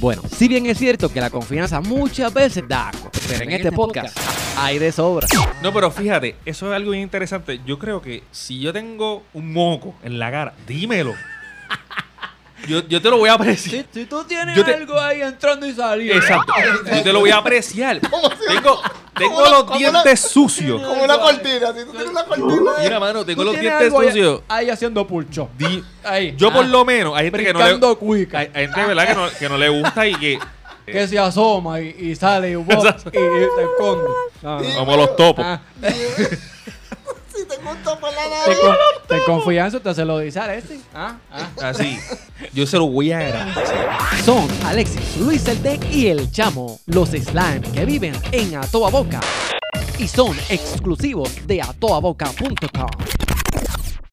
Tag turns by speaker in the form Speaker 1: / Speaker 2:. Speaker 1: Bueno, si bien es cierto que la confianza muchas veces da asco, pero en este podcast hay de sobra.
Speaker 2: No, pero fíjate, eso es algo bien interesante. Yo creo que si yo tengo un moco en la cara, dímelo. Yo, yo te lo voy a apreciar.
Speaker 1: Si tú tienes
Speaker 2: Yo te-
Speaker 1: algo ahí entrando y saliendo.
Speaker 2: Exacto. Yo te lo voy a apreciar.
Speaker 3: ¿Cómo se
Speaker 2: Tengo, tengo
Speaker 3: ¿Cómo lo-
Speaker 2: los
Speaker 3: cómo
Speaker 2: dientes sucios.
Speaker 3: Como una cortina, si tú tienes una cortina.
Speaker 2: Mira, mano, tengo
Speaker 1: Tú
Speaker 2: los
Speaker 1: tienes
Speaker 2: dientes
Speaker 1: algo ahí-
Speaker 2: sucios.
Speaker 1: Ahí haciendo pulcho.
Speaker 2: Di-
Speaker 1: Ahí.
Speaker 2: Yo por
Speaker 1: Ah,
Speaker 2: lo menos, hay gente que no le,
Speaker 1: brincando cuica.
Speaker 2: hay, hay gente ¿verdad? Que, no, que no le gusta y que...
Speaker 1: que
Speaker 2: eh.
Speaker 1: se asoma y, y sale y, bop, y, y te esconde. No, no, no.
Speaker 2: eh, Como los topos.
Speaker 1: Ah,
Speaker 3: Si te gusta para la
Speaker 1: te,
Speaker 3: nariz.
Speaker 1: con- te confías, usted se lo dice a este. Ah, ah.
Speaker 2: Así. Yo se lo voy a agradecer.
Speaker 1: Son Alexis, Luis el Tec y el Chamo, los slime que viven en A Toa Boca y son exclusivos de atoaboca.com.